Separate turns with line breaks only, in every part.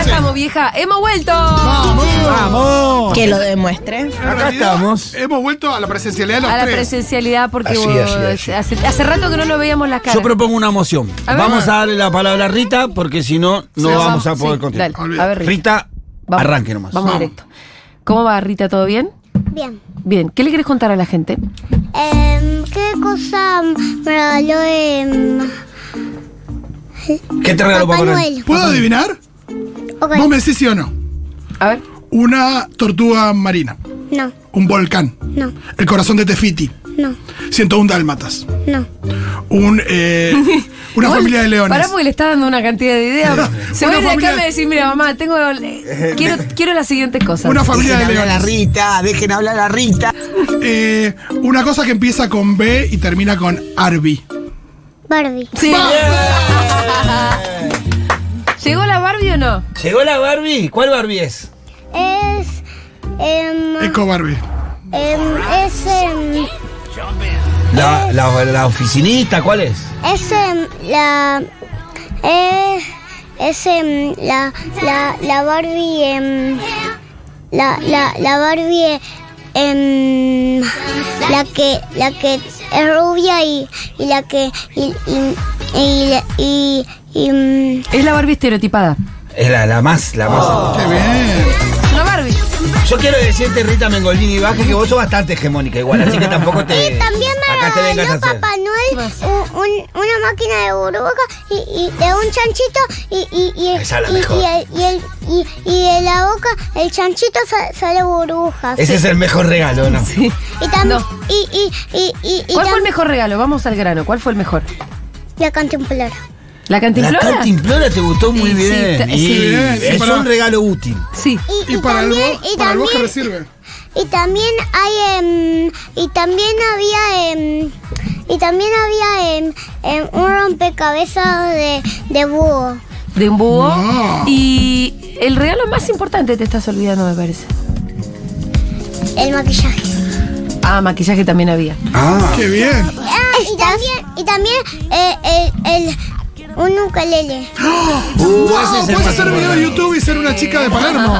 estamos, vieja. Hemos vuelto.
¡Vamos!
Que lo demuestre.
Acá estamos.
Hemos vuelto a la presencialidad de los
A la
tres.
presencialidad porque
Así,
vos-
así, así.
Hace, hace rato que no lo veíamos las caras.
Yo propongo una moción.
A ver.
Vamos a darle la palabra a Rita porque si no, no
Sí,
vamos a
sí,
poder continuar.
dale. A ver, Rita.
Rita,
Vamos.
arranque nomás.
Vamos,
Vamos.
directo. ¿Cómo va, Rita? ¿Todo bien?
Bien.
Bien. ¿Qué le querés contar a la gente?
Em, ¿Qué cosa me regaló em,
¿Qué te regaló
Papá
Papá Noel?
Noel?
¿Puedo adivinar?
Ok,
¿Vos me decís sí o no?
A ver.
Una tortuga marina,
No,
un volcán,
no,
el corazón de Tefiti,
no,
101 dálmatas,
no.
un, eh, una
Vos-
familia de leones.
Pará porque le está dando una cantidad de ideas. Se
Una
va a ir de acá y
familia-
me decir, mira, mamá, tengo. eh, quiero, quiero las siguientes cosas.
Una familia de
Dejen hablar a
leones.
Rita, dejen hablar a Rita.
Eh, una cosa que empieza con B y termina con Arby.
Barbie.
Sí. ¿Llegó la Barbie o no?
¿Llegó la Barbie? ¿Cuál Barbie es?
Es. em,
Eco Barbie.
em, es. em,
La, la- la oficinista, ¿cuál es?
es. em, la. eh, es. em, la, la. La Barbie. em, la, la, la Barbie. em, la que. La que es rubia y. Y la que. Y. Y. y, la- y- y, em,
Es la Barbie estereotipada.
Es la, la más, la más.
Qué bien.
La Barbie.
Yo quiero decirte, Rita Mengolini Baje, que vos sos bastante hegemónica igual, así que tampoco te.
Y también
acá te
me
vengas a
regaló
hacer.
Papá Noel un- un- una máquina de burbuja y, y de un chanchito y, y, y, el-
Esa es la
y-
mejor.
y el, y, el- y- y de la boca el chanchito sa- sale burbujas.
Ese es el mejor regalo, ¿no?
Sí.
Y también...
No.
Y, y, y, y, y
¿Cuál fue el
tam-
mejor regalo? Vamos al grano. ¿Cuál fue el mejor?
La cantimplora.
¿La
La
cantimplora?
cantimplora te gustó muy
Sí,
bien.
sí,
Y
bien, sí,
es
para-
un regalo útil.
Sí.
Y,
Y,
y
para,
también,
el, bo-
y
para el bosque
también-
recibe.
Y también hay em, y también había em, y también había em, em, un rompecabezas de, de búho.
De un búho.
No.
Y el regalo más importante te estás olvidando, me parece.
El maquillaje.
Ah, maquillaje también había.
Qué bien.
Ah, y también, y también eh, el, el- un ukelele.
ese
¡Wow!
es el
Puedes
más
hacer video de
importante.
YouTube y ser una chica de Palermo.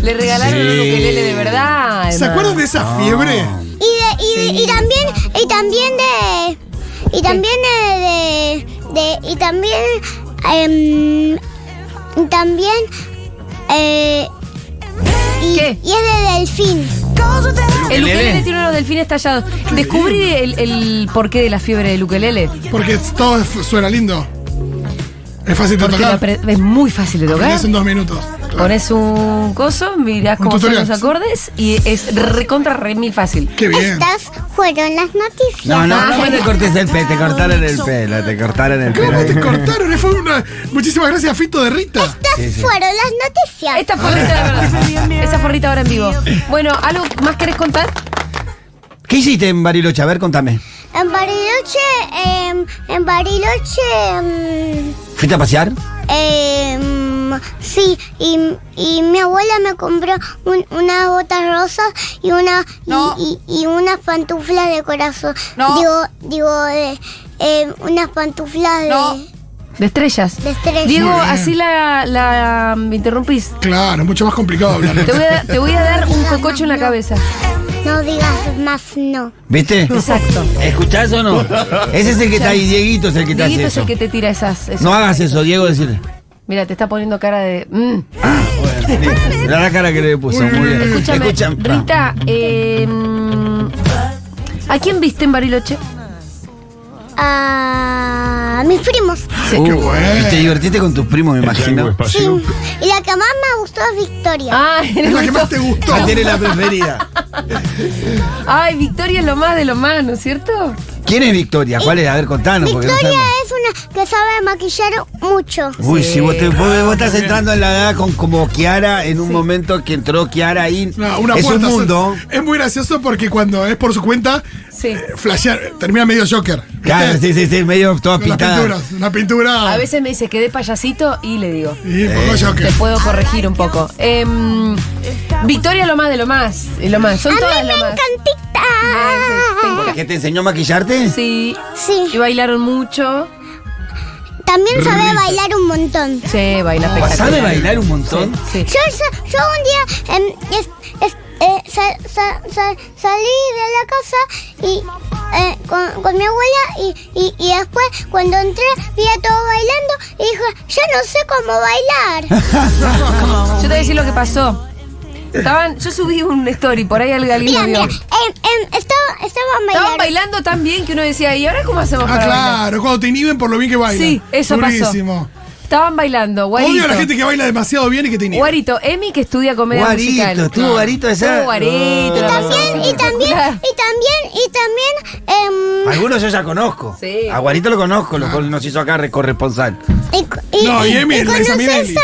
Le regalaron un ukelele de verdad.
¿Se
además.
acuerdan de esa fiebre?
Y, de- y, de- y también, y también de, y también de, de- de- y también, em, y también, eh, y,
¿Qué?
y es de delfín.
El ukelele
Ukelele.
tiene unos delfines tallados. Descubrí el, el porqué de la fiebre del ukelele.
Porque todo es- suena lindo. Es fácil de
Porque lo
tocar.
apre- es muy fácil de tocar.
Aprendés en dos minutos.
Pones un coso, mirás
Un
cómo son
tutorial.
los acordes y es recontra re mil fácil.
Qué bien.
Estas fueron las noticias.
No, no,
Ah.
no me te cortes el pelo, te cortaron el pelo, te cortaron el
¿Cómo te
pelo.
cortaron? Fue una... Muchísimas gracias, Fito de Rita.
Estas fueron las noticias.
Esta forrita de verdad. Esa forrita ahora en vivo. Bueno, ¿algo más querés contar?
¿Qué hiciste en Bariloche? A ver, contame.
En Bariloche, em, en Bariloche. em,
¿Fuiste a pasear?
Em, sí, y, y mi abuela me compró un- unas botas rosas y una y- y, y unas pantuflas de corazón. Digo, digo de, em, unas pantuflas de,
De estrellas.
de estrella.
Diego, así la, la me interrumpís.
Claro, mucho más complicado hablar.
Te voy, a, te voy a dar un cococho en la cabeza.
No digas más no.
¿Viste?
Exacto.
¿Escuchás o no? Ese es el que está ahí, Dieguito es el que te
Dieguito
hace
es el
eso.
que te tira esas.
No hagas eso, Diego, decirle.
Mira, te está poniendo cara de. mm.
Ah,
Mira la cara que le puso, muy
Eh,
bien. Ah.
Escúchame,
Escucha-
Rita, em, ¿a quién viste en Bariloche?
A mis primos.
Uh,
Qué bueno. Este
y te divertiste con tus primos, me imagino.
Sí. Y la que más me gustó es Victoria.
Ah,
Es la que más te gustó.
Ah, tiene la preferida.
Ay, Victoria es lo más de lo más, ¿no es cierto?
¿Quién es Victoria? ¿Cuál es? A ver, contanos. porque no
Victoria
sabemos.
es una que sabe maquillar mucho.
Pues
Uy, si vos, te,
Ah,
vos- vos estás entrando en la edad con como Kiara, en un momento que entró Kiara ahí.
No, una
es un
puerta-
mundo.
Es muy gracioso porque cuando es por su cuenta,
Sí.
eh, flashear, termina medio Joker. ¿viste?
Claro, sí, sí, sí, medio todas
Con las
pintadas.
pinturas. Una pintura.
A veces me dice que de payasito y le digo,
Y un
Eh.
poco
te
Joker.
puedo corregir un poco. Em, Victoria es lo más de lo más, es lo más. Son todas lo más.
Cantita.
¿La que te enseñó a maquillarte?
Sí,
Sí.
y bailaron mucho.
También sabe bailar un montón.
Sí, baila espectacular.
¿Sabe bailar un montón?
Sí.
Yo, sa- yo un día em, es- es- eh, sa- sa- sa- salí de la casa y eh, con, con mi abuela y, y- y después cuando entré vi a todos bailando y dije, yo no sé cómo bailar.
Yo te voy a decir lo que pasó. Estaban, yo subí un story, por ahí alguien
mira,
lo vio.
mira, em, em, estaba- estaban
Estaban
bailando.
bailando tan bien que uno decía, ¿y ahora cómo hacemos
Ah,
para bailar?
claro, cuando te inhiben por lo bien que bailan.
Sí, eso
Durísimo.
pasó. Estaban bailando, guarito.
Odio a la gente que baila demasiado bien y que te inhiben.
Guarito, Emi que estudia comedia
Guarito,
musical.
estuvo Guarito esa.
Estuvo Guarito,
Y
la pasamos
También, y también,
espectacular.
y también, y también, em,
Algunos yo ya conozco.
Sí.
A Guarito lo conozco,
Ah.
lo cual nos hizo acá re- corresponsal.
y, co- y-
No, y Emi es Liza
conoces
Minnelli.
a,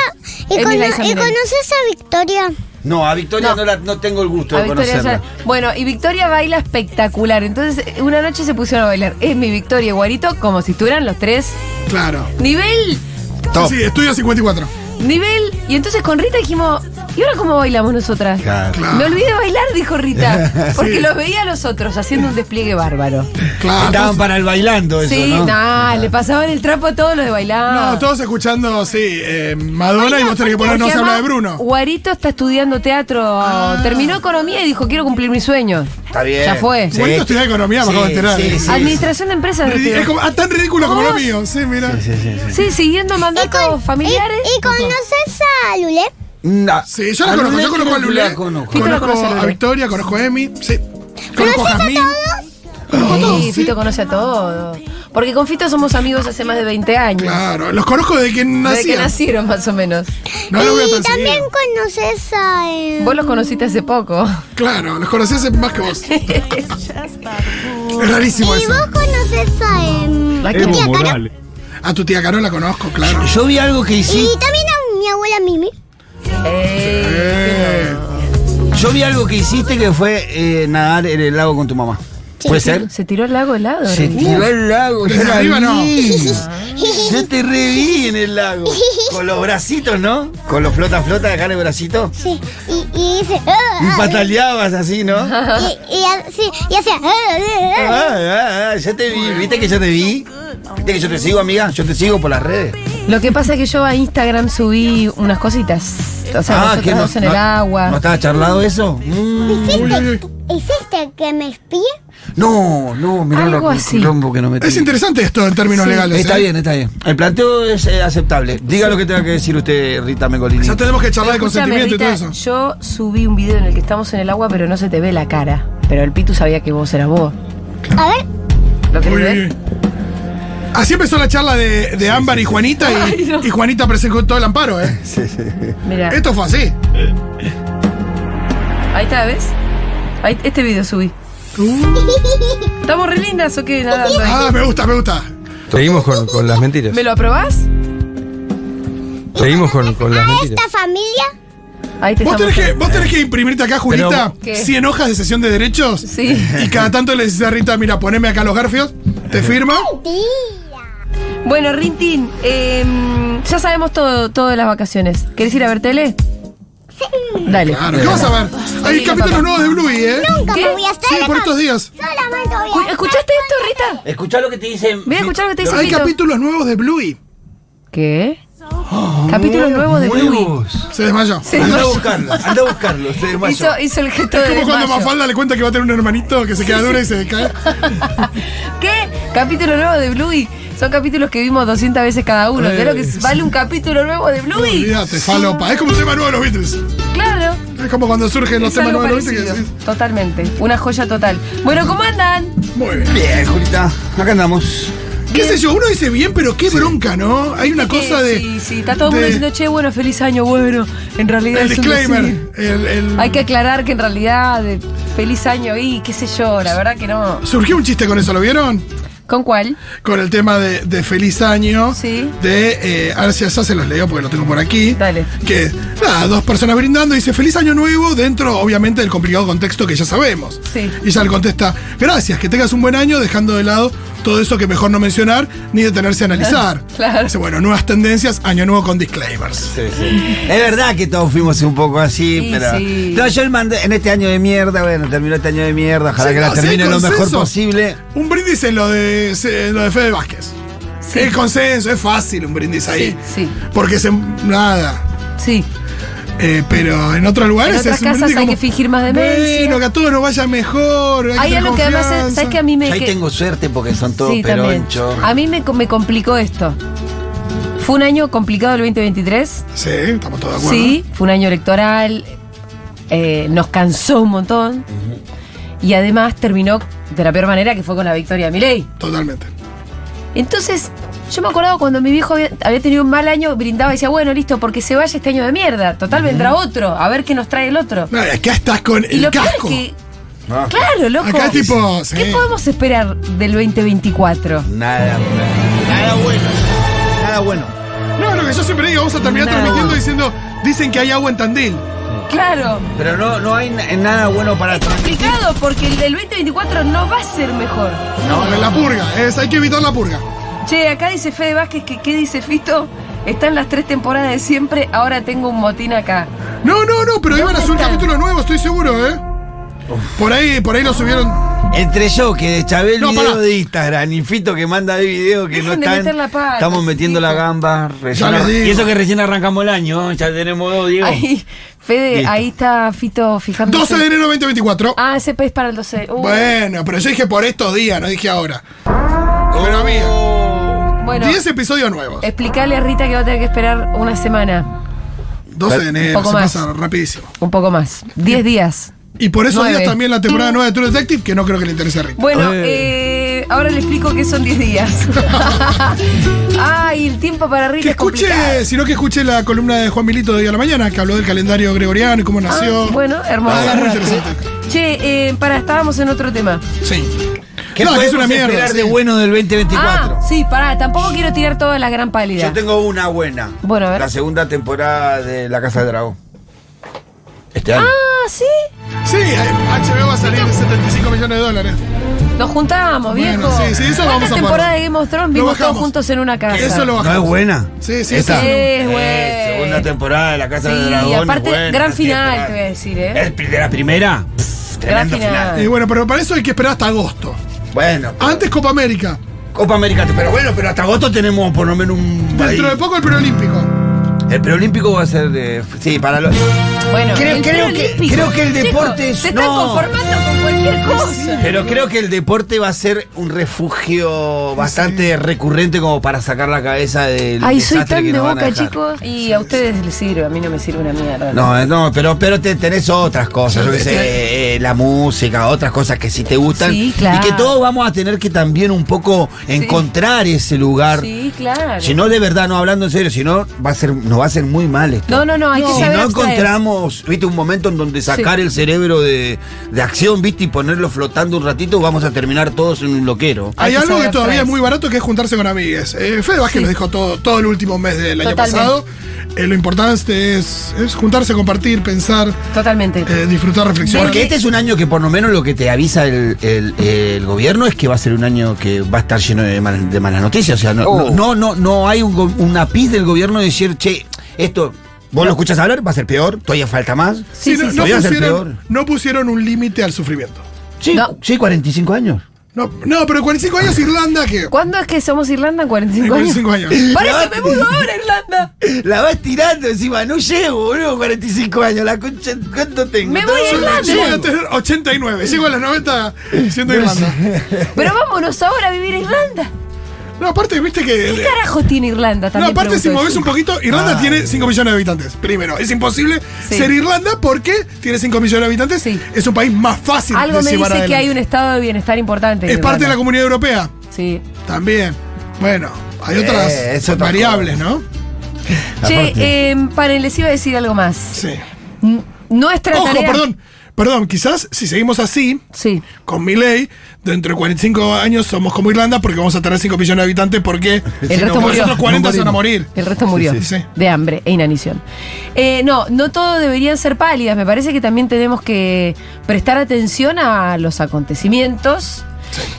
y
Emi Liza
cono- y
Minnelli.
conoces a Victoria.
No, a Victoria no, la, no tengo el gusto
A
de
Victoria
conocerla.
ya- Bueno, y Victoria baila espectacular. Entonces, eh, una noche se pusieron a bailar. Es mi Victoria y Guarito, como si estuvieran los tres.
Claro.
Nivel,
Top.
Sí, estudio 54.
nivel. Y entonces con Rita dijimos, ¿y ahora cómo bailamos nosotras?
Claro.
Me olvidé de bailar, dijo Rita. Porque
Sí.
los veía a los otros haciendo un despliegue bárbaro.
Claro.
Estaban para el bailando eso,
sí,
¿no?
nah, le pasaban el trapo a todos los de bailar.
No, todos escuchando, sí, eh, Madonna y vos tenés que
Porque
poner No se habla
además,
de Bruno. Ah.
Guarito está estudiando teatro. Terminó economía y dijo, quiero cumplir mi sueño.
Está bien.
Ya fue.
Sí.
Guarito estudia economía, me
Sí,
acabo de enterar.
sí,
eh.
sí.
Administración de empresas.
Ridi-
creo.
Es como- ah, tan ridículo como lo
Todos-
mío, sí, mira.
Sí, sí, sí, sí.
Sí, siguiendo
Y, con-
mandatos familiares.
y, y conoces a Lule.
Nah.
Sí, yo
A
la conozco,
Lulé
yo conozco a
la
Lulé.
conozco.
Fito la conoce a
Conozco a
Lulé.
Victoria, conozco a Emi, sí. Conozco a Jazmín. Conozco a todos,
Sí,
Ah, sí.
Fito conoce a todos. Porque con Fito somos amigos hace más de 20 años.
Claro, los conozco desde que
Desde que
nacían.
nacieron, más o menos.
No los veo
y
tan
también
seguido.
conoces a. em,
Vos los conociste hace poco.
Claro, los conocí hace más que vos. es rarísimo
y
eso.
vos conoces a. em,
La
a
que-
tía Caro.
A tu tía Caro la conozco, claro.
Yo vi algo que
Y
hiciste.
también a mi abuela Mimi.
Eh,
Eh,
Yo vi algo que hiciste que fue eh, nadar en el lago con tu mamá. ¿Puede ser?
Se tiró al lago helado.
Se tiró al lago.
Desde
yo la
arriba no.
vi. Yo te reví en el lago. Con los bracitos, ¿no? Con los flota flota de acá en el bracito.
Sí. Y, y dice. "Ah,
Y
ah",
pataleabas así, ¿no? Ah,
Y, y así. Y hacía, "Ah, ah, ah".
ah, ah, yo te vi. ¿Viste que yo te vi? ¿Viste que yo te sigo, amiga? Yo te sigo por las redes.
Lo que pasa es que yo a Instagram subí unas cositas. O
Ah,
sea, nosotros
Ah, no-
dos en
no-
el agua.
¿No estaba charlado eso? Mm,
uy, uy, uy.
¿Hiciste que me espíe?
no, no, mirá
Algo
lo que
así.
quilombo que no me
Es
tiré.
interesante esto en términos legales.
Está
eh.
bien, está bien. El planteo es eh, aceptable. Diga lo que tenga que decir usted, Rita Mengolini.
Ya tenemos que charlar de
Escúchame,
consentimiento y
Rita,
todo eso.
Yo subí un video en el que estamos en el agua, pero no se te ve la cara. Pero el Pitu sabía que vos eras vos.
A ver.
¿Lo querés
Uy,
ver?
uy, uy. Así empezó la charla de, de Ámbar y Juanita y,
Ay, no.
y Juanita presentó todo el amparo, ¿eh?
Mira,
Esto fue así.
ahí está, ¿ves? Ahí- este video subí. ¿Estamos re lindas o qué? Nadando ahí.
Ah, me gusta, me gusta.
Seguimos con, con las mentiras.
¿Me lo aprobás?
Seguimos con, con las
a
mentiras.
esta familia.
Ahí te
Vos
estamos
tenés, que, vos tenés que imprimirte acá, Julita,
¿Qué?
100 hojas de sesión de derechos.
Sí.
Y cada tanto le decís a Rita, mira, poneme acá los garfios, te firmo.
Bueno, Rintin, em, ya sabemos todo, todo de las vacaciones. ¿Querés ir a ver tele? Sí. Dale.
Claro, ¿qué vas a ver? Hay
Sí,
capítulos
papá.
nuevos de Bluey, ¿eh?
Nunca
¿Qué?
me voy a estar
Sí,
de
por
paz.
estos días.
Solamente voy a
Cu-
estar-
¿Escuchaste esto, Rita?
Escuchá lo que te dicen.
Mira, escuchá lo que te dice
Hay
Pito.
capítulos nuevos de Bluey.
¿Qué?
Oh,
Capítulos nuevos de Bluey.
Nuevos.
Se desmayó.
Se
Anda a
desmayó.
buscarlo, anda a buscarlo. Se desmayó.
Hizo, hizo el gesto
Es
de
como cuando
desmayo.
Mafalda le cuenta que va a tener un hermanito que se queda dura y se cae.
¿Qué? Capítulo nuevo de Bluey. Son capítulos que vimos 200 veces cada uno.
Eh,
¿Sabes lo que vale un capítulo nuevo de Bluey?
Olvídate, falopa. Es como un tema nuevo de los Beatles.
Claro.
Es como cuando surgen los
Es
temas
algo
nuevos de los Beatles
parecido.
que decís,
Totalmente. Una joya total. Bueno, ¿cómo andan?
Muy bien.
Bien, Julita. Acá andamos.
¿Qué sé yo? Uno dice bien, pero qué bronca, ¿no? Hay una cosa
Eh,
de.
Sí, sí. Está todo el mundo
de-
diciendo, che, bueno, feliz año, bueno. En realidad
El
es un
disclaimer.
decir.
El, el-
Hay que aclarar que en realidad, eh, feliz año y qué sé yo, la verdad que no.
Surgió un chiste con eso, ¿lo vieron?
¿Con cuál?
Con el tema de, de Feliz Año.
Sí.
De. eh, a ver si ya se los leo porque lo tengo por aquí.
Dale.
Que, nada, dos personas brindando y dice Feliz Año Nuevo dentro, obviamente, del complicado contexto que ya sabemos.
Sí.
Y ya le contesta, gracias, que tengas un buen año, dejando de lado todo eso que mejor no mencionar ni detenerse a analizar.
Claro.
Dice, bueno, nuevas tendencias, Año Nuevo con disclaimers.
Sí, sí. Es verdad que todos fuimos un poco así,
Sí,
pero.
sí.
No, yo el mandé en este año de mierda, bueno, terminó este año de mierda, ojalá
Sí,
que
no,
la
sí,
termine lo mejor
consenso.
posible.
Un brindis en lo de, en lo de Fede Vázquez.
Sí.
Es consenso, es fácil un brindis Eh, ahí.
Sí, sí.
Porque se. Nada.
Sí.
Eh, pero en otros lugares
En otras
es un
casas
brindis
hay
como,
que fingir más demencia.
Bueno, que a todos nos vaya mejor. Hay,
Hay
que tener
algo que además,
confianza".
es- ¿sabes que a mí me...
Ahí
que-
tengo suerte porque son todos
Sí, también. Ah,
peronchos.
A mí me, me complicó esto. Fue un año complicado el 2023.
Sí, estamos todos de acuerdo.
Sí, fue un año electoral. eh, nos cansó un montón. Y además terminó de la peor manera que fue con la victoria de Milei.
Totalmente.
Entonces, yo me acordaba cuando mi viejo había, había tenido un mal año, brindaba y decía, bueno, listo, porque se vaya este año de mierda. Total, vendrá otro, a ver qué nos trae el otro.
No, acá estás con
Y
el
lo peor es
casco.
que,
No,
claro, loco.
acá tipo.
¿Qué
sí.
podemos esperar del 2024?
nada, nada bueno. Nada bueno.
No, lo que yo siempre digo, vamos a terminar
Nada.
transmitiendo diciendo. Dicen que hay agua en Tandil.
Claro.
Pero no, no hay na- nada bueno para transmitir.
Complicado porque el del 2024 no va a ser mejor.
No, la purga. es- hay que evitar la purga.
Che, acá dice Fede Vázquez que qué dice Fito. Están las tres temporadas de siempre, ahora tengo un motín acá.
No, no, no, pero iban a hacer un
está?
capítulo nuevo, estoy seguro, ¿eh? Por ahí, por ahí lo subieron.
Entre yo que deschabé el
No,
video
pará.
de Instagram y Fito que manda de video que
Dejen
no
de
están.
meter la pata,
estamos metiendo
Fito.
la gamba. recién
les
arran-
digo.
y eso que recién arrancamos el año, ¿eh? ya tenemos dos, Diego.
Ahí, Fede,
Listo.
ahí está Fito fijando.
12 de enero 2024.
Ah, ese pez para el 12. de- Uh,
Bueno, pero yo dije por estos días, no dije ahora. Pero amiga,
Uh, bueno, Eh,
10 episodios nuevos.
explicale a Rita que va a tener que esperar una semana,
12 de enero,
poco
se
más.
pasa rapidísimo.
un poco más. 10 días.
Y por esos
Nueve. Mm.
días también la temporada nueva de True Detective, que no creo que le interese a Rick.
Bueno, eh, ahora le explico que son 10 días. Ay, el tiempo para Rita
Que
es complicado.
escuche, sino que escuche la columna de Juan Milito de hoy a la mañana, que habló del calendario gregoriano y cómo nació.
Ah, Bueno, hermoso.
Ah, muy interesante.
Che, eh, pará, estábamos en otro tema.
Sí.
¿Qué
No, que
podemos
es una mierda,
esperar
sí.
de bueno del 2024?
Ah, sí, pará, tampoco quiero tirar toda la gran pálida.
Yo tengo una buena.
Bueno, a ver.
La segunda temporada de La Casa del Dragón. Este año.
Ah, sí.
Sí, eh, HBO va a salir en 75 millones de dólares.
Nos juntábamos,
Bueno,
viejo.
sí, sí, eso
¿Cuántas
vamos a
temporadas
parar.
de Game of Thrones
Lo
vimos todos
bajamos.
juntos en una casa?
Eso lo
¿No es
bajamos.
buena?
Sí,
Esta.
sí, esa es
Ah. Sí,
Eh,
güey.
segunda temporada de La Casa
Sí,
del Dragón.
y aparte,
es buena,
gran
sí,
final,
es
te voy a decir, ¿eh?
El pri- de la primera, pff,
Gran
tremendo final.
final.
Y bueno, pero para eso hay que esperar hasta agosto.
Bueno,
Antes Copa América.
Copa América, pero bueno, pero hasta agosto tenemos por lo menos un...
Dentro
ahí.
de poco el preolímpico.
El preolímpico va a ser... eh, f- sí, para los...
Bueno,
Creo-
el
creo
tiro
que-
olímpico.
creo que el
Chicos,
deporte es-
Se están
no.
conformando con cualquier cosa.
Pero creo que el deporte va a ser un refugio bastante recurrente como para sacar la cabeza del
Ay, soy
desastre
tan
que
de
nos van a
boca,
dejar.
chicos. Y a ustedes les sirve, a mí no me sirve una mierda.
No, eh, no, pero, pero te, tenés otras cosas, yo qué sé, eh, eh, la música, otras cosas que sí te gustan.
Sí, claro.
Y que todos vamos a tener que también un poco encontrar ese lugar.
Sí, claro.
Si no, de verdad, no hablando en serio, si no, va a ser, nos va a ser muy mal esto.
no, no, no, hay que
si
saber
no
abstraer.
encontramos, viste, un momento en donde sacar el cerebro de, de acción, viste, y ponerlo flotando un ratito, vamos a terminar todos en un loquero.
Hay
Hay,
que
algo
saber
que todavía
frases.
es muy barato que es juntarse con amigues. Eh, Fede Vázquez lo dijo todo, todo el último mes del año
Totalmente.
pasado. Eh, lo importante es, es juntarse, compartir, pensar,
Totalmente.
eh, disfrutar, reflexionar.
Porque este es un año que por lo menos lo que te avisa el, el- el gobierno es que va a ser un año que va a estar lleno de, mal- de malas noticias. O sea, no, no, no, no, no hay un, go- un apiz del gobierno de decir, che, esto, vos lo escuchas hablar, va a ser peor, todavía falta más.
Sí,
Sí, no,
sí,
no
sí. Podría ser
pusieron,
peor.
no pusieron un límite al sufrimiento.
Sí,
No.
sí, 45 años.
No, no, pero 45 años Irlanda que...
¿Cuándo es que somos Irlanda? ¿En 45 años?
45 años.
Parece me mudo ahora, Irlanda.
La vas tirando encima, no llego, boludo, 45 años, la concha, ¿cuánto tengo?
Me voy a Irlanda.
Yo voy a tener 89, llego a los 90 siendo Irlanda.
Pero vámonos ahora a vivir a Irlanda.
No, aparte, viste
¿Qué
que...
carajo tiene Irlanda
No,
también?
aparte, si
pregunto
moves
eso.
un poquito, Irlanda tiene 5 millones de habitantes. Primero, es imposible
Sí.
ser Irlanda porque tiene 5 millones de habitantes.
Sí.
Es un país más fácil
Algo
de
me
llevar
dice que
adelante.
hay un estado de bienestar importante. en
Es parte de la
Irlanda.
comunidad europea.
Sí.
También. Bueno, hay
Eh,
otras
es otra
variables,
cosa.
¿no?
Che, eh, paren, les iba a decir algo más.
Sí.
N- Nuestra
Ojo,
tarea.
perdón. Perdón, quizás si seguimos así,
Sí.
con mi ley, dentro de 45 años somos como Irlanda porque vamos a tener 5 millones de habitantes porque
El resto
los
murió.
otros 40 se van a morir.
El resto murió
Sí, sí, sí.
de hambre e inanición. Eh, no, no todo deberían ser pálidas. Me parece que también tenemos que prestar atención a los acontecimientos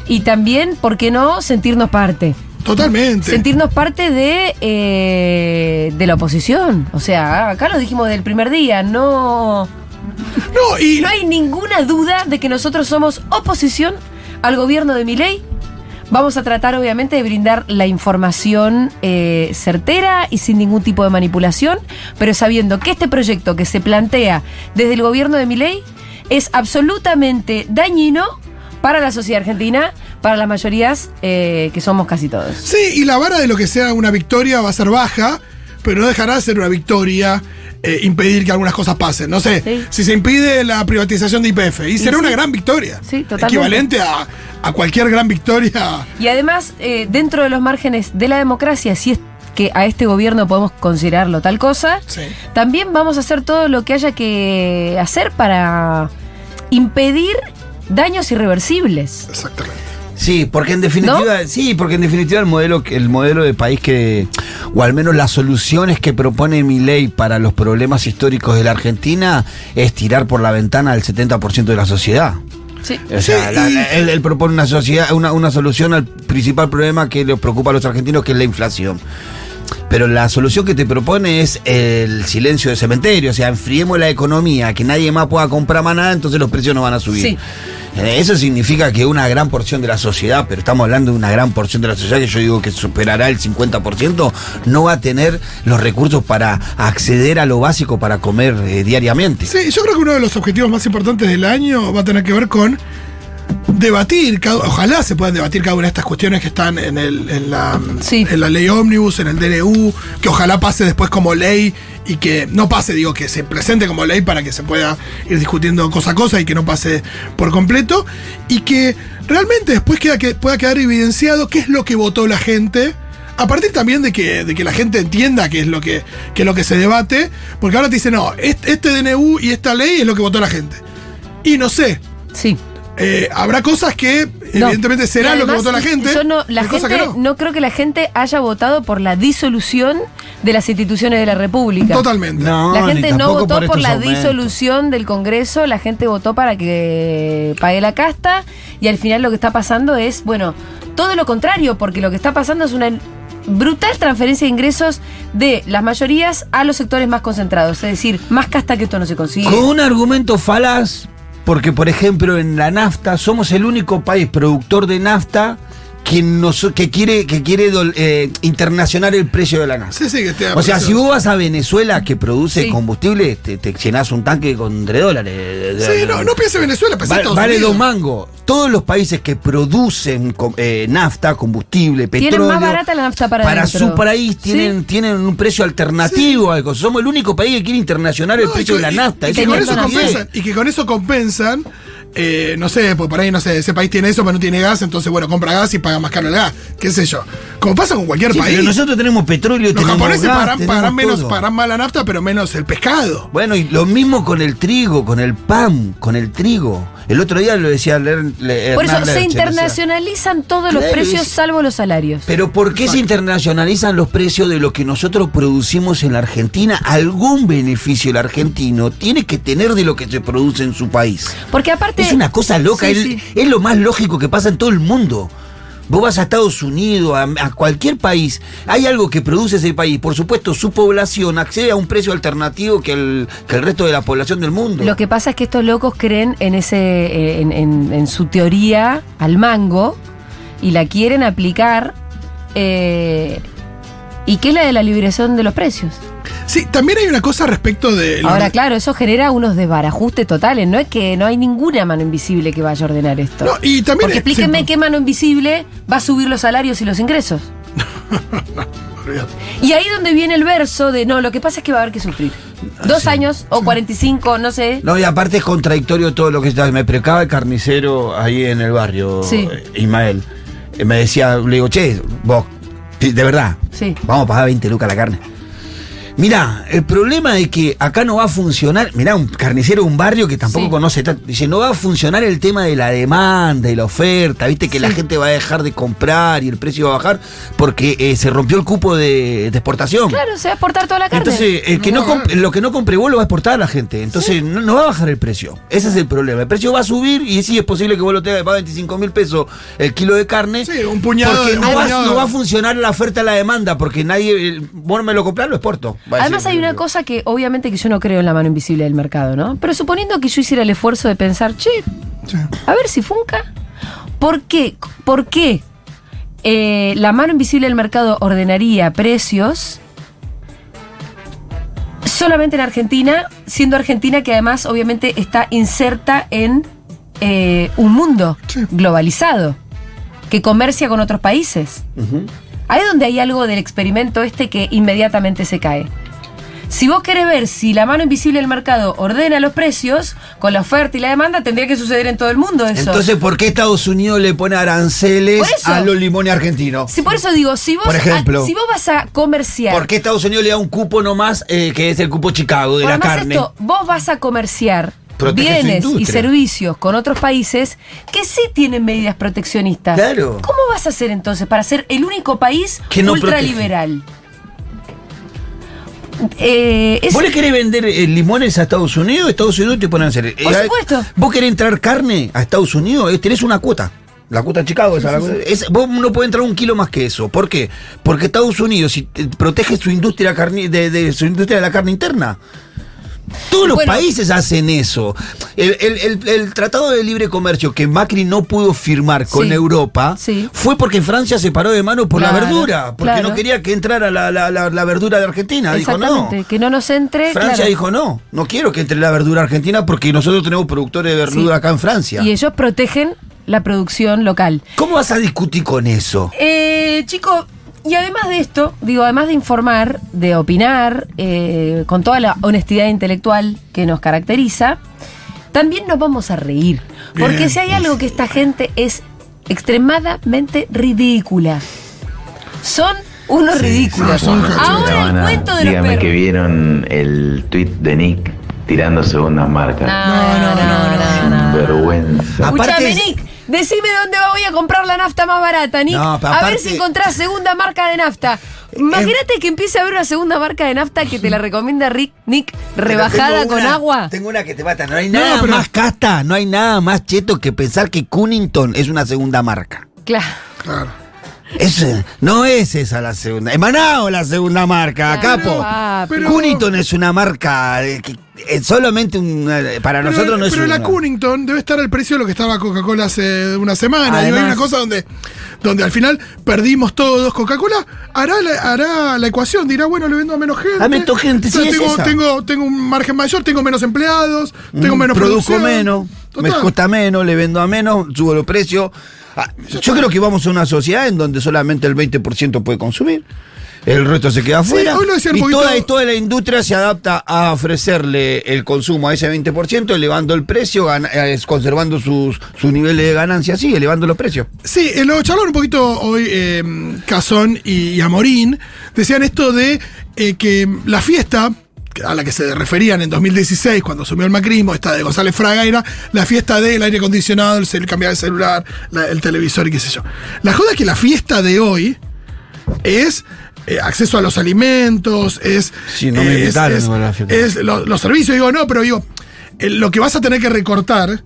y también, ¿por qué no?, sentirnos parte.
Totalmente.
Sentirnos parte de, eh, de la oposición. O sea, acá lo dijimos del primer día, no,
no, y
no hay ninguna duda de que nosotros somos oposición al gobierno de Milei, Vamos a tratar, obviamente, de brindar la información eh, certera y sin ningún tipo de manipulación, pero sabiendo que este proyecto que se plantea desde el gobierno de Milei es absolutamente dañino para la sociedad argentina, para las mayorías eh, que somos casi todos.
Sí, y la vara de lo que sea una victoria va a ser baja, pero no dejará de ser una victoria eh, impedir que algunas cosas pasen. No sé,
Sí.
si se impide la privatización de IPF, y será
sí.
una gran victoria.
Sí, totalmente.
Equivalente a, a cualquier gran victoria.
Y además, eh, dentro de los márgenes de la democracia, si es que a este gobierno podemos considerarlo tal cosa,
Sí.
también vamos a hacer todo lo que haya que hacer para impedir daños irreversibles.
Exactamente.
Sí, porque en definitiva, sí, porque en definitiva el modelo, que- el modelo de país que, o al menos las soluciones que propone mi ley para los problemas históricos de la Argentina es tirar por la ventana al 70% de la sociedad.
Sí.
O sea,
Sí,
la-
y-
la- él, él propone una sociedad, una, una solución al principal problema que les preocupa a los argentinos, que es la inflación. Pero la solución que te propone es el silencio de cementerio, o sea, enfriemos la economía, que nadie más pueda comprar más nada, entonces los precios no van a subir.
Sí.
Eh, Eso significa que una gran porción de la sociedad, pero estamos hablando de una gran porción de la sociedad que yo digo que superará el 50%, no va a tener los recursos para acceder a lo básico para comer eh, diariamente.
Sí, yo creo que uno de los objetivos más importantes del año va a tener que ver con debatir, cada- ojalá se puedan debatir cada una de estas cuestiones que están en, el- en la,
Sí.
en la ley ómnibus, en el DNU, que ojalá pase después como ley y que no pase, digo, que se presente como ley para que se pueda ir discutiendo cosa a cosa y que no pase por completo y que realmente después queda que, pueda quedar evidenciado qué es lo que votó la gente. A partir también de que, de que la gente entienda qué es lo que, qué es lo que se debate, porque ahora te dicen, no, este, este DNU y esta ley es lo que votó la gente. Y no sé,
Sí.
eh, habrá cosas que,
No.
evidentemente, será
Y
lo que
además,
votó la gente.
yo no, la
hay cosas
gente
que
no. creo que la gente haya votado por la disolución de las instituciones de la República.
Totalmente.
la gente
Ah, ni
no
tampoco
votó por,
estos
la
aumentos.
disolución del Congreso, la gente votó para que pague la casta y al final lo que está pasando es, bueno, todo lo contrario, porque lo que está pasando es una brutal transferencia de ingresos de las mayorías a los sectores más concentrados, es decir, más casta que esto no se consigue.
Con un argumento falaz, porque por ejemplo en la nafta somos el único país productor de nafta que, nos, que quiere, que quiere dol- eh, internacionar el precio de la nafta.
Sí, sí, que esté
O sea, si vos vas a Venezuela que produce
Sí.
combustible, te, te llenás un tanque con 3 dólares.
Sí, no, no piense en Venezuela, pensé en
Va-
Pues Estados
vale
Unidos.
dos mangos. Todos los países que producen com- eh, nafta, combustible,
Tienen
petróleo.
más barata la nafta para adentro.
su país tienen,
Sí.
tienen un precio alternativo. a Algo. Somos el único país que quiere internacionar el
No,
precio
y
de la
que-
nafta.
Y,
Eso
que con
no
es
eso
una
compensan,
tiene.
y que con eso compensan, eh, no sé, pues por ahí, no sé, ese país tiene eso, pero no tiene gas, entonces, bueno, compra gas y paga más caro el gas, qué sé yo. Como pasa con cualquier
Sí,
país.
pero nosotros tenemos petróleo,
los
tenemos
japoneses
gas,
pagarán,
tenemos
pagarán menos,
todo.
pagarán más la nafta, pero menos el pescado.
Bueno, y lo mismo con el trigo, con el pan, con el trigo. El otro día lo decía Ler- Le-
Por eso
Hernán
se
Lerche, decía,
internacionalizan todos los
Claro,
precios
es-
salvo los salarios.
Pero ¿por qué se internacionalizan los precios de lo que nosotros producimos en la Argentina? Algún beneficio el argentino tiene que tener de lo que se produce en su país.
Porque aparte...
Es una cosa loca,
Sí,
es,
sí.
es lo más lógico que pasa en todo el mundo. Vos vas a Estados Unidos, a, a cualquier país, hay algo que produce ese país. Por supuesto, su población accede a un precio alternativo que el, que el resto de la población del mundo.
Lo que pasa es que estos locos creen en ese, eh, en, en- en su teoría al mango y la quieren aplicar eh, y que es la de la liberación de los precios.
Sí, también hay una cosa respecto de. la-
Ahora, claro, eso genera unos desbarajustes totales. No es que no hay ninguna mano invisible que vaya a ordenar esto.
No, y también.
Porque explíquenme
sí,
qué mano invisible va a subir los salarios y los ingresos.
olvídate.
Y ahí donde viene el verso de no, lo que pasa es que va a haber que sufrir. Dos años o 45, no sé.
No, y aparte es contradictorio todo lo que está. Me precaba el carnicero ahí en el barrio,
Sí.
eh, Ismael. Eh, Me decía, le digo, che, vos, sí, de verdad,
Sí.
vamos a pagar 20 lucas la carne. Mirá, el problema es que acá no va a funcionar. Mirá, un carnicero de un barrio que tampoco
Sí.
conoce. tanto, Dice, no va a funcionar el tema de la demanda y la oferta. Viste que la
Sí.
gente va a dejar de comprar y el precio va a bajar porque eh, se rompió el cupo de, de exportación.
Claro, se va a exportar toda la carne.
Entonces, eh, el que
No
no
va a haber.
comp- lo que no compre vos lo va a exportar a la gente. Entonces, no, no va a bajar el precio. Ese es el problema. El precio va a subir y sí es posible que vos lo tengas que pagar 25 mil pesos el kilo de carne.
Sí, un puñado
Porque
de-
no,
un
va,
puñado.
no va a funcionar la oferta y la demanda porque nadie. el- Vos no me lo comprás, lo exporto. Va a
Además hay
decir.
una cosa que obviamente que yo no creo en la mano invisible del mercado, ¿no? Pero suponiendo que yo hiciera el esfuerzo de pensar, che,
Sí.
a ver si funca. ¿Por qué? ¿Por qué eh, la mano invisible del mercado ordenaría precios solamente en Argentina, siendo Argentina que además obviamente está inserta en eh, un mundo
Sí.
globalizado que comercia con otros países.
Ujú.
Ahí es donde hay algo del experimento este que inmediatamente se cae. Si vos querés ver si la mano invisible del mercado ordena los precios, con la oferta y la demanda tendría que suceder en todo el mundo eso.
Entonces, ¿por qué Estados Unidos le pone aranceles
Por eso.
a los limones argentinos?
si por eso digo, si vos,
Por ejemplo.
a- si vos vas a comerciar,
¿Por qué Estados Unidos le da un cupo nomás, eh, que es el cupo Chicago de
Por
la
además
carne?
esto, vos vas a comerciar
Protege su
bienes y
industria.
servicios con otros países que sí tienen medidas proteccionistas.
Claro.
¿Cómo vas a hacer entonces para ser el único país
Que no
ultraliberal? Eh, es-
¿Vos le querés vender eh, limones a Estados Unidos? Estados Unidos te ponen a hacer. eh,
Por supuesto.
¿Vos querés entrar carne a Estados Unidos? Eh, tenés una cuota. La cuota de Chicago, esa, la cuota- es- vos no podés entrar un kilo más que eso. ¿Por qué? Porque Estados Unidos si, eh, protege su industria carni- de, de- su industria de la carne interna. Todos los
Bueno.
países hacen eso. El, el- el- el Tratado de Libre Comercio que Macri no pudo firmar con
Sí.
Europa
Sí.
fue porque Francia se paró de mano por la
Claro,
verdura, porque
claro.
no quería que entrara la, la- la- la verdura de Argentina. Dijo no.
Exactamente, que no nos entre.
Francia
claro.
dijo no, no quiero que entre la verdura argentina porque nosotros tenemos productores de verdura
Sí.
acá en Francia.
Y ellos protegen la producción local.
¿Cómo vas a discutir con eso?
Eh, chico, y además de esto, digo, además de informar, de opinar, eh, con toda la honestidad intelectual que nos caracteriza, también nos vamos a reír. Porque
Bien.
si hay algo que esta gente es extremadamente ridícula. Son unos ridículos.
son unos
Ahora el
Habana,
cuento de los
dígame
perros.
que vieron el tweet de Nick tirándose unas marcas.
No, no, no, no, no, no.
Vergüenza.
Escuchame,
Aparte-
Nick, decime dónde voy a comprar la nafta más barata, Nick.
No, pero
a ver
aparte- Em,
si encontrás segunda marca de nafta. Imagínate que empiece a haber una segunda marca de nafta que te la recomienda Rick, Nick
Pero
rebajada
tengo
con
una-
agua.
Tengo una que te mata. No hay
No,
nada
pero-
más casta, no hay nada más cheto que pensar que Cunnington es una segunda marca.
Claro.
Claro.
Es, eh, no es esa la segunda. Es Manao la segunda marca,
Claro, Ah,
capo.
papi.
Pero-
Cunnington es una marca eh, que- eh, solamente una- para
Pero,
nosotros no es
pero la
una.
Cunnington debe estar al precio de lo que estaba Coca-Cola hace una semana. y
Además-
hay una cosa donde, donde al final perdimos todos. Coca-Cola hará la, hará la ecuación, dirá, bueno, le vendo a menos gente.
A Ah, menos gente, sí, es
tengo,
esa.
tengo, tengo un margen mayor, tengo menos empleados, tengo
Mm,
menos
produzco
producción.
menos,
Total.
me cuesta menos, le vendo a menos, subo los precios. Ah, yo creo que vamos a una sociedad en donde solamente el 20% puede consumir. El resto se queda afuera.
hoy lo decía un
y
poquito-
toda, y toda la industria se adapta a ofrecerle el consumo a ese 20%, elevando el precio, gana- eh, conservando sus, sus niveles de ganancia, sí, elevando los precios.
Sí, eh, lo charlaron un poquito hoy eh, Cazón y, y Amorín. Decían esto de eh, que la fiesta a la que se referían en 2016 cuando asumió el macrismo, esta de González Fraga, era la fiesta del aire acondicionado, el cel- cambiar el celular, la- el televisor y qué sé yo. La joda es que la fiesta de hoy es eh, acceso a los alimentos, es...
Sí, no me
es-
invitaron
es-
a la fiesta.
es lo- los servicios, digo, no, pero digo, eh, lo que vas a tener que recortar...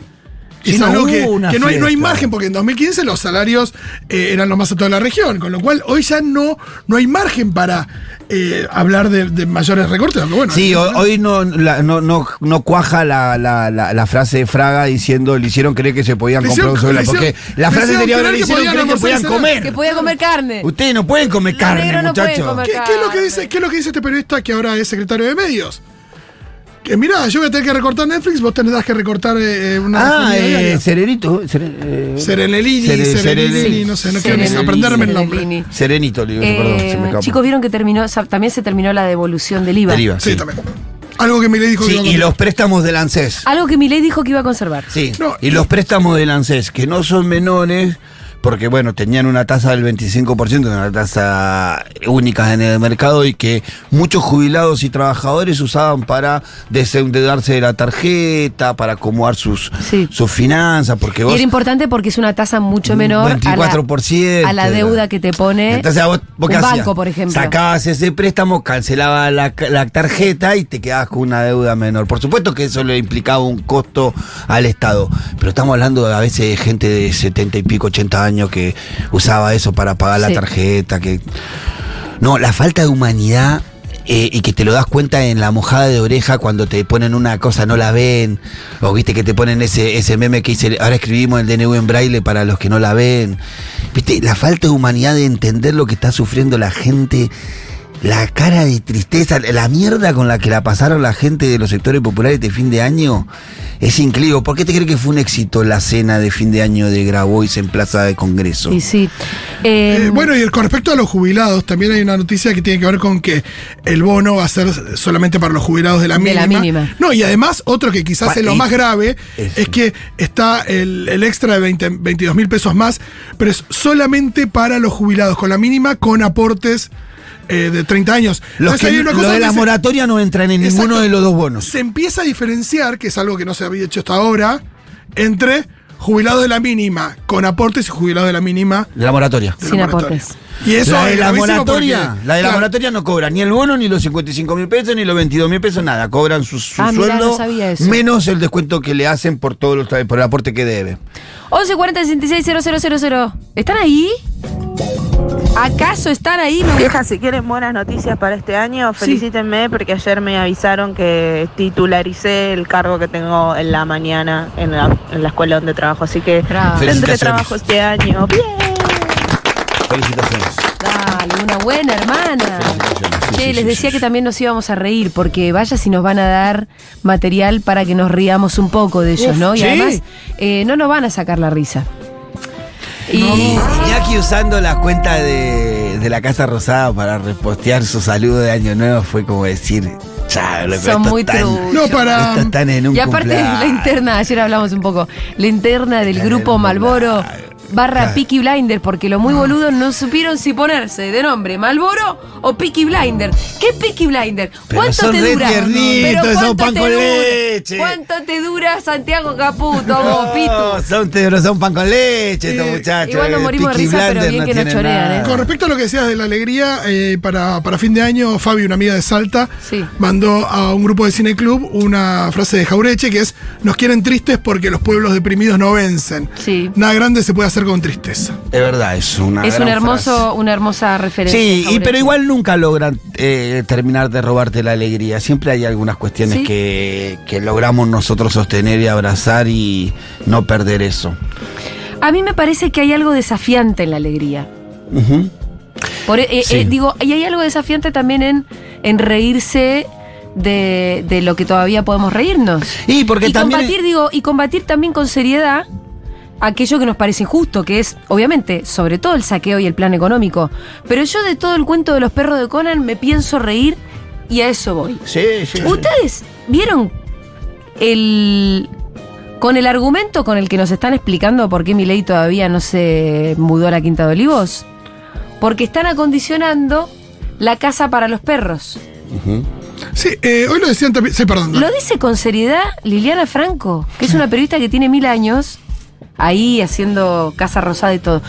Sí,
Es
no
algo
hubo
que,
una
que no, hay, no hay
fiesta.
margen, porque en 2015 los salarios eh, eran los más altos de la región, con lo cual hoy ya no, no hay margen para eh, hablar de, de mayores recortes. aunque Bueno,
Sí,
eh,
ho- hoy no, la- no, no, no cuaja la, la- la- la frase de Fraga diciendo le hicieron creer que se podían
Le
comprar
hicieron-
un celular",
le
Porque
hicieron-
la
le
frase
hicieron
sería
creer
le
que
hicieron
podían
creer que
almorzar y
podían
cenar".
Que
comer.
podía comer carne.
Ustedes no pueden comer
Los
carne,
negros no pueden
muchachos.
comer
¿qué, qué es lo que dice, ¿qué es lo que dice este periodista que ahora es secretario de medios? Que mirá, yo voy a tener que recortar Netflix, vos tendrás que recortar eh, eh, una...
Ah,
comida
eh,
diaria.
Serenito. Cere- eh, Cere-
Serenelini, Serenelini,
Serenelini.
no sé, no quiero
Serenelini,
ni aprenderme el nombre.
Serenelini.
Serenito, le digo,
Eh,
perdón, se me escapa.
chicos, vieron que terminó, sa- también se terminó la devolución del IVA.
Deriva,
Sí,
sí.
también. Algo que me le dijo que
Sí,
iba a
y
contar.
los préstamos del ANSES.
Algo que Milei dijo que iba a conservar.
Sí,
No,
y los préstamos del ANSES, que no son menores, porque bueno, tenían una tasa del 25%, una tasa única en el mercado y que muchos jubilados y trabajadores usaban para desendeudarse de la tarjeta, para acomodar sus,
Sí.
sus finanzas,
Y
porque vos...
era importante porque es una tasa mucho menor a la-
24%.
a, la, deuda que te pone
Entonces, ¿a vos, vos qué
un
hacías?
banco, por ejemplo.
Sacabas ese préstamo, cancelabas la, la tarjeta y te quedabas con una deuda menor. Por supuesto que eso le implicaba un costo al Estado, pero estamos hablando de, a veces de gente de 70 y pico, 80 años que usaba eso para pagar
Sí.
la tarjeta. que No, la falta de humanidad. eh, y que te lo das cuenta en la mojada de oreja cuando te ponen una cosa, no la ven. O viste que te ponen ese, ese meme que dice, ahora escribimos el DNU en braille para los que no la ven. ¿Viste? La falta de humanidad de entender lo que está sufriendo la gente. La cara de tristeza, la mierda con la que la pasaron la gente de los sectores populares este fin de año es increíble. ¿Por qué te crees que fue un éxito la cena de fin de año de Grabois en Plaza de Congreso?
Y sí. Eh,
Eh, bueno, y con respecto a los jubilados, también hay una noticia que tiene que ver con que el bono va a ser solamente para los jubilados de la
De
mínima.
la mínima.
No, y además otro que quizás
Pa-
es lo
y-
más grave
Eso.
es que está el, el extra de 20 22 mil pesos más, pero es solamente para los jubilados, con la mínima, con aportes eh, de 30 años.
Los
Entonces,
que,
hay una cosa
lo de
que
la
se-
moratoria no entran en
Exacto.
ninguno de los dos bonos.
se empieza a diferenciar, que es algo que no se había hecho hasta ahora, entre jubilados de la mínima con aportes y jubilados de la mínima
De la moratoria.
de la
Sin
moratoria.
aportes.
Y eso
la de
es
la
gravísimo
moratoria,
porque-
la de la
claro,
moratoria no cobra ni el bono, ni los 55 mil pesos, ni los 22 mil pesos, nada. Cobran su, su
Ah, mirá,
sueldo,
no sabía eso.
menos el descuento que le hacen por todo los, por el aporte que debe.
11 40 66 000. ¿Están ahí? ¿Acaso están ahí? No-
Vieja, si quieren buenas noticias para este año, felicítenme porque ayer me avisaron que titularicé el cargo que tengo en la mañana en la, en la escuela donde trabajo. Así que
Bravo.
tendré
Felicitaciones.
trabajo este año. ¡Bien!
Felicitaciones.
Dale, una buena hermana.
Felicitaciones. Sí,
Che,
sí,
les
sí,
decía
sí,
que
sí.
también nos íbamos a reír, porque vaya si nos van a dar material para que nos riamos un poco de ellos, ¿no? Y
¿sí?
además, eh, no nos van a sacar la risa. Y
Y aquí usando la cuenta de, de la Casa Rosada para repostear su saludo de Año Nuevo fue como decir, chao, loco,
Son
estos
muy
están-
truchos.
No, para-
estos están en un
y aparte la
cumpleaños.
interna, ayer hablamos un poco, la interna del
Claro,
grupo
el
Malboro
Malboro.
barra
Claro. Mm.
Peaky Blinder, porque los muy boludos no supieron si ponerse de nombre Malboro o Peaky Blinder. ¿Qué Peaky Blinder?
Pero
¿Cuánto
son
te
re
dura?
tiernitos,
Pero
son
¿cuánto
pan
te
con
dura?
leche.
¿Cuánto te dura Santiago Caputo, a vos,
No,
Pitu?
son, te- son pan con leche, estos
Sí.
muchachos.
Igual nos
eh,
morimos de
Peaky
risa, pero
Blinders
bien que no
tienen
chorean,
nada.
¿eh?
Con respecto a lo que decías de la alegría, eh, para, para fin de año, Fabi, una amiga de Salta,
Sí.
mandó a un grupo de cine club una frase de Jaureche que es: Nos quieren tristes porque los pueblos deprimidos no vencen.
Sí.
Nada grande se puede hacer con tristeza.
Es verdad, es una
Es
gran
un hermoso,
frase.
una hermosa referencia.
Sí, y,
Jauretche.
pero igual nunca logran eh, terminar de robarte la alegría. Siempre hay algunas cuestiones
Sí.
que, que logramos nosotros sostener y abrazar y no perder eso.
A mí me parece que hay algo desafiante en la alegría.
Ujú.
Por- eh, eh,
Sí.
digo, y hay algo desafiante también en, en reírse de, de lo que todavía podemos reírnos.
Y porque
y
también.
combatir, digo, y combatir también con seriedad aquello que nos parece injusto, que es, obviamente, sobre todo el saqueo y el plan económico. Pero yo de todo el cuento de los perros de Conan me pienso reír y a eso voy.
Sí, sí, sí.
¿Ustedes vieron el. con el argumento con el que nos están explicando por qué Milei todavía no se mudó a la Quinta de Olivos? Porque están acondicionando la casa para los perros.
Sí, eh, hoy lo decían también. Sí, perdón.
Lo dice con seriedad Liliana Franco, que es una periodista que tiene mil años. Ahí haciendo Casa Rosada y todo.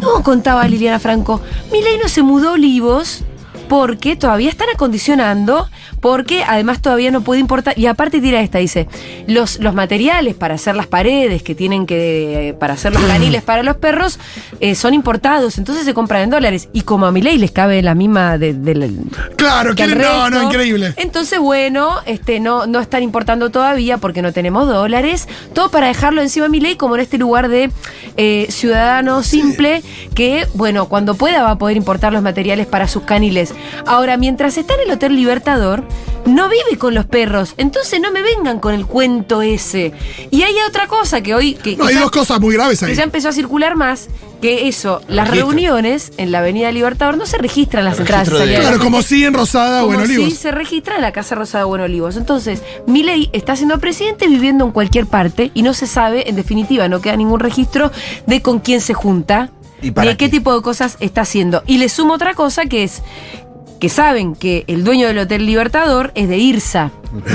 No, contaba Liliana Franco, Milei no se mudó a Olivos porque todavía están acondicionando, porque además todavía no puede importar. Y aparte tira esta, dice, los, los materiales para hacer las paredes que tienen que, para hacer los caniles para los perros, eh, son importados, entonces se compran en dólares. Y como a Milei les cabe la misma de- del
Claro,
que al
quieren-
resto.
no, no, increíble.
Entonces, bueno, este, no, no están importando todavía porque no tenemos dólares. Todo para dejarlo encima de mi ley, como en este lugar de eh, ciudadano simple, que, bueno, cuando pueda va a poder importar los materiales para sus caniles. Ahora, mientras está en el Hotel Libertador, no vive con los perros. Entonces no me vengan con el cuento ese. Y hay otra cosa que hoy. Que,
No,
que
hay
ya-
dos cosas muy graves ahí.
que ya empezó a circular más que eso, las
Registro.
reuniones en la Avenida Libertador no se registran las
El
entradas. y
registro de-
salidas.
Claro, como sí en Rosada
Como
o en Ah, Olivos.
Sí, se registra en la Casa Rosada de Buen Olivos. Entonces, Milei está siendo presidente viviendo en cualquier parte y no se sabe, en definitiva, no queda ningún registro de con quién se junta,
¿Y para
de qué,
qué?
tipo de cosas está haciendo. Y le sumo otra cosa que es que saben que el dueño del Hotel Libertador es de IRSA.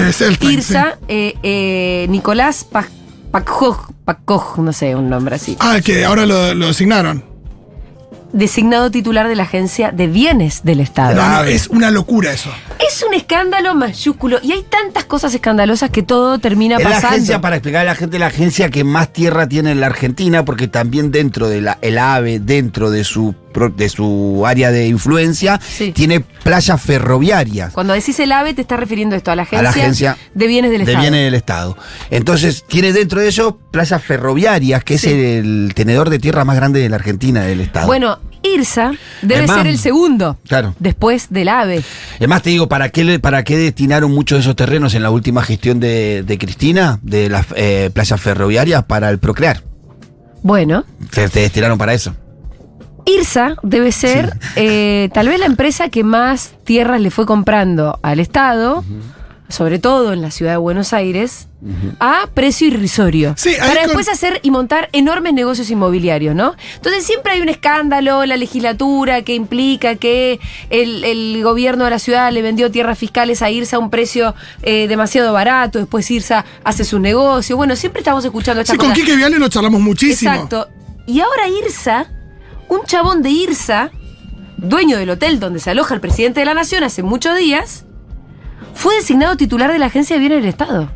Es el tren, sí.
IRSA, eh, eh, Nicolás Paj- Pacoj, Pacoj, no sé, un nombre así.
Ah, que ahora lo, lo designaron.
Designado titular de la Agencia de Bienes del
Ah,
Estado.
No, no, es una locura eso.
Es un escándalo mayúsculo y hay tantas cosas escandalosas que todo termina
Es la
pasando.
agencia, para explicar a la gente, la agencia que más tierra tiene en la Argentina, porque también dentro de la, el AVE, dentro de su pro- de su área de influencia,
Sí.
tiene playas ferroviarias.
Cuando decís el AVE, te estás refiriendo esto, a la agencia,
A la agencia
de bienes del
de
Estado.
bienes del Estado. Entonces, tiene dentro de eso playas ferroviarias, que
Sí.
es el tenedor de tierra más grande de la Argentina, del Estado.
Bueno, IRSA debe
Además-
ser el segundo.
Claro.
Después del AVE.
Además, te digo, ¿para qué, le- ¿para qué destinaron muchos de esos terrenos en la última gestión de, de Cristina, de las eh, playas ferroviarias, para el procrear?
Bueno,
Se, se destinaron para eso.
IRSA debe ser eh, tal vez la empresa que más tierras le fue comprando al Estado, sobre todo en la ciudad de Buenos Aires, a precio irrisorio.
Sí, ahí
para
con-
después hacer y montar enormes negocios inmobiliarios, ¿no? Entonces siempre hay un escándalo, la legislatura que implica que el, el gobierno de la ciudad le vendió tierras fiscales a IRSA a un precio eh, demasiado barato, después IRSA hace su negocio. Bueno, siempre estamos escuchando esta
Sí, con
cosa.
Quique Viale lo charlamos muchísimo.
Exacto. Y ahora Irsa, un chabón de Irsa, dueño del hotel donde se aloja el presidente de la nación hace muchos días, fue designado titular de la Agencia de Bienes del Estado.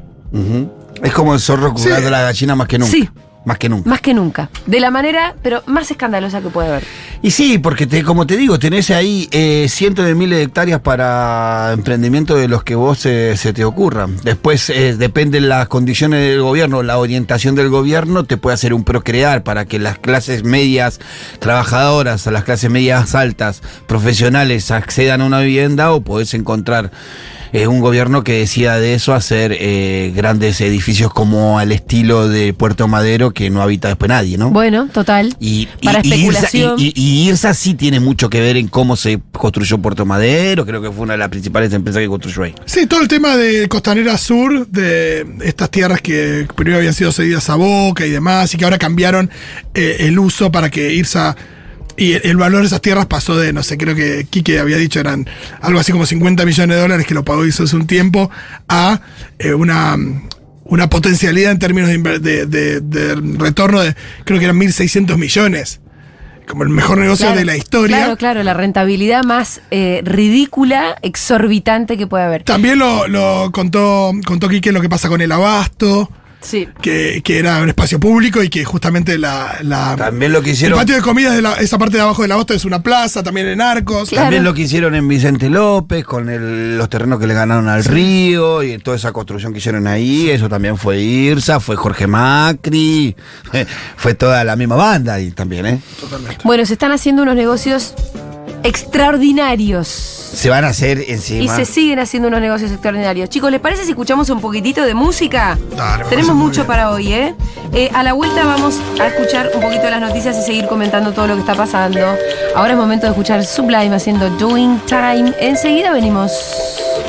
Es como el zorro curando
Sí.
la gallina más que nunca.
Sí.
Más que nunca.
Más que nunca. De la manera, pero más escandalosa que puede haber.
Y sí, porque te, como te digo, tenés ahí eh, cientos de miles de hectáreas para emprendimiento de los que vos eh, se te ocurran. Después eh, dependen las condiciones del gobierno, la orientación del gobierno, te puede hacer un procrear para que las clases medias trabajadoras, a las clases medias altas, profesionales, accedan a una vivienda o podés encontrar eh, un gobierno que decida de eso hacer eh, grandes edificios como al estilo de Puerto Madero que no habita después nadie, ¿no?
Bueno, total.
Y, y-
para
y Irsa, y,
especulación.
y- y Irsa sí tiene mucho que ver en cómo se construyó Puerto Madero, creo que fue una de las principales empresas que construyó ahí.
Sí, todo el tema de Costanera Sur, de estas tierras que primero habían sido cedidas a Boca y demás, y que ahora cambiaron eh, el uso para que Irsa. Y el- el valor de esas tierras pasó de, no sé, creo que Quique había dicho eran algo así como 50 millones de dólares que lo pagó Irsa hace un tiempo, a eh, una, una potencialidad en términos de, inver- de- de- de retorno de, creo que eran 1.600 millones. Como el mejor negocio
Claro,
de la historia.
Claro, claro, la rentabilidad más eh, ridícula, exorbitante que puede haber.
También lo, lo contó, contó Quique lo que pasa con el abasto.
Sí.
que, que era un espacio público y que justamente la, la-
También lo que
Ah, el
hicieron,
patio de comidas de la- esa parte de abajo del abasto es una plaza, también en Arcos.
Claro.
también lo que hicieron en Vicente López, con el- los terrenos que le ganaron al río y toda esa construcción que hicieron ahí, eso también fue Irsa, fue Jorge Macri, fue toda la misma banda ahí también, ¿eh?
Bueno, se están haciendo unos negocios extraordinarios.
Se van a hacer
Y
encima.
se siguen haciendo unos negocios extraordinarios. Chicos, ¿les parece si escuchamos un poquitito de música?
Dale, me parece
Tenemos
muy
mucho
bien.
para hoy, ¿eh? Eh, A la vuelta vamos a escuchar un poquito de las noticias y seguir comentando todo lo que está pasando. Ahora es momento de escuchar Sublime haciendo Doing Time. Enseguida venimos.